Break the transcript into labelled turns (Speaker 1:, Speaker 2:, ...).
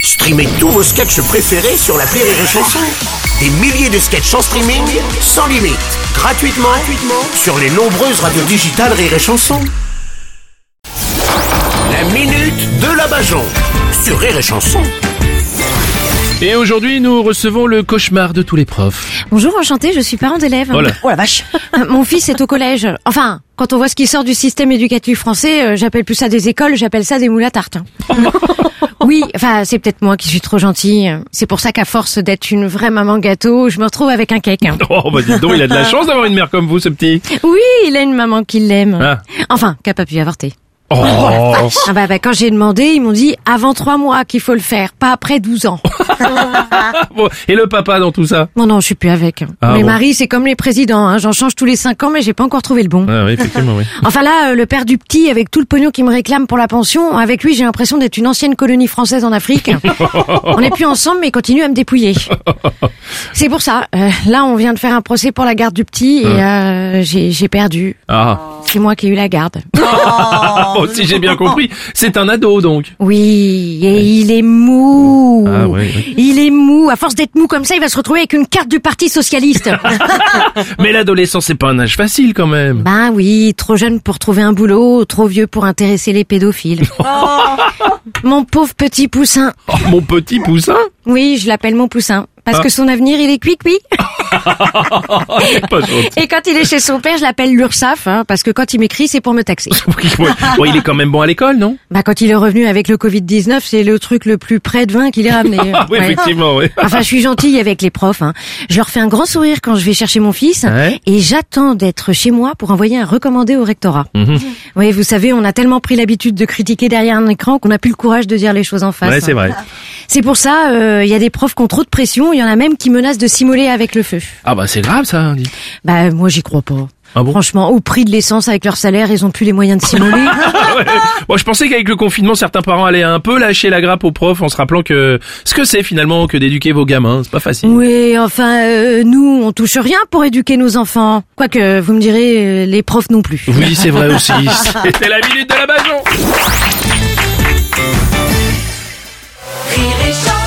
Speaker 1: Streamez tous vos sketchs préférés sur la Rire et Chanson. Des milliers de sketchs en streaming, sans limite, gratuitement, gratuitement sur les nombreuses radios digitales Rire et Chanson. La minute de la Bajon sur Rire et Chanson.
Speaker 2: Et aujourd'hui, nous recevons le cauchemar de tous les profs.
Speaker 3: Bonjour, enchanté, je suis parent d'élève.
Speaker 2: Oh là.
Speaker 3: Oh la vache. Euh, Mon fils est au collège. Enfin, quand on voit ce qui sort du système éducatif français, euh, j'appelle plus ça des écoles, j'appelle ça des moules à tarte. Oui, enfin, c'est peut-être moi qui suis trop gentille. C'est pour ça qu'à force d'être une vraie maman gâteau, je me retrouve avec un cake. hein.
Speaker 2: Oh, bah dis donc, il a de la chance d'avoir une mère comme vous, ce petit.
Speaker 3: Oui, il a une maman qui l'aime.
Speaker 2: Oh. Ah.
Speaker 3: Enfin, qui a pas pu avorter.
Speaker 2: Oh,
Speaker 3: Ah bah, bah, quand j'ai demandé, ils m'ont dit avant trois mois qu'il faut le faire, pas après 12 ans.
Speaker 2: bon, et le papa dans tout ça
Speaker 3: Non, non, je suis plus avec.
Speaker 2: Ah,
Speaker 3: Mes
Speaker 2: bon.
Speaker 3: maris, c'est comme les présidents, hein, j'en change tous les cinq ans, mais j'ai pas encore trouvé le bon.
Speaker 2: Ah oui, effectivement, oui.
Speaker 3: Enfin là, euh, le père du petit, avec tout le pognon qu'il me réclame pour la pension, avec lui j'ai l'impression d'être une ancienne colonie française en Afrique. on n'est plus ensemble mais il continue à me dépouiller. C'est pour ça, euh, là on vient de faire un procès pour la garde du petit et euh, j'ai j'ai perdu.
Speaker 2: Ah,
Speaker 3: C'est moi qui ai eu la garde.
Speaker 2: ah bon, si j'ai bien compris, c'est un ado, donc.
Speaker 3: Oui, et il est mou.
Speaker 2: Ah, oui, oui.
Speaker 3: Il est mou. À force d'être mou comme ça, il va se retrouver avec une carte du Parti Socialiste.
Speaker 2: Mais l'adolescence, c'est pas un âge facile, quand même.
Speaker 3: Ben oui, trop jeune pour trouver un boulot, trop vieux pour intéresser les pédophiles. Mon pauvre petit poussin.
Speaker 2: Oh, mon petit poussin
Speaker 3: Oui, je l'appelle mon poussin. Parce
Speaker 2: Ah.
Speaker 3: que son avenir, il est cuit-cuit.
Speaker 2: Ah, c'est pas gentil.
Speaker 3: Et quand il est chez son père, je l'appelle l'URSAF, hein, parce que quand il m'écrit, c'est pour me taxer.
Speaker 2: Oui, oui. Bon, il est quand même bon à l'école, non
Speaker 3: Bah, quand il est revenu avec le Covid-19, c'est le truc le plus près de 20 qu'il ait ramené.
Speaker 2: Ah oui,
Speaker 3: Ouais.
Speaker 2: effectivement, oui.
Speaker 3: Enfin, je suis gentille avec les profs. hein. Je leur fais un grand sourire quand je vais chercher mon fils.
Speaker 2: Ouais.
Speaker 3: Et j'attends d'être chez moi pour envoyer un recommandé au rectorat.
Speaker 2: Mhm.
Speaker 3: Oui, vous savez, on a tellement pris l'habitude de critiquer derrière un écran qu'on n'a plus le courage de dire les choses en face. hein.
Speaker 2: Ouais, c'est vrai.
Speaker 3: C'est pour ça, euh, il y a des profs qui ont trop de pression. Il y en a même qui menacent de s'immoler avec le feu.
Speaker 2: Ah bah, c'est grave, ça. dites.
Speaker 3: Bah, moi, j'y crois pas.
Speaker 2: Ah bon
Speaker 3: Franchement, au prix de l'essence avec leur salaire, ils ont plus les moyens de s'immoler.
Speaker 2: Ouais. Bon, je pensais qu'avec le confinement, certains parents allaient un peu lâcher la grappe aux profs en se rappelant que ce que c'est finalement que d'éduquer vos gamins, c'est pas facile.
Speaker 3: oui, enfin, euh, nous, on touche rien pour éduquer nos enfants. Quoique, vous me direz, euh, les profs non plus.
Speaker 2: Oui, c'est vrai aussi. C'était la minute de la Bajon.
Speaker 4: Rire et chanson.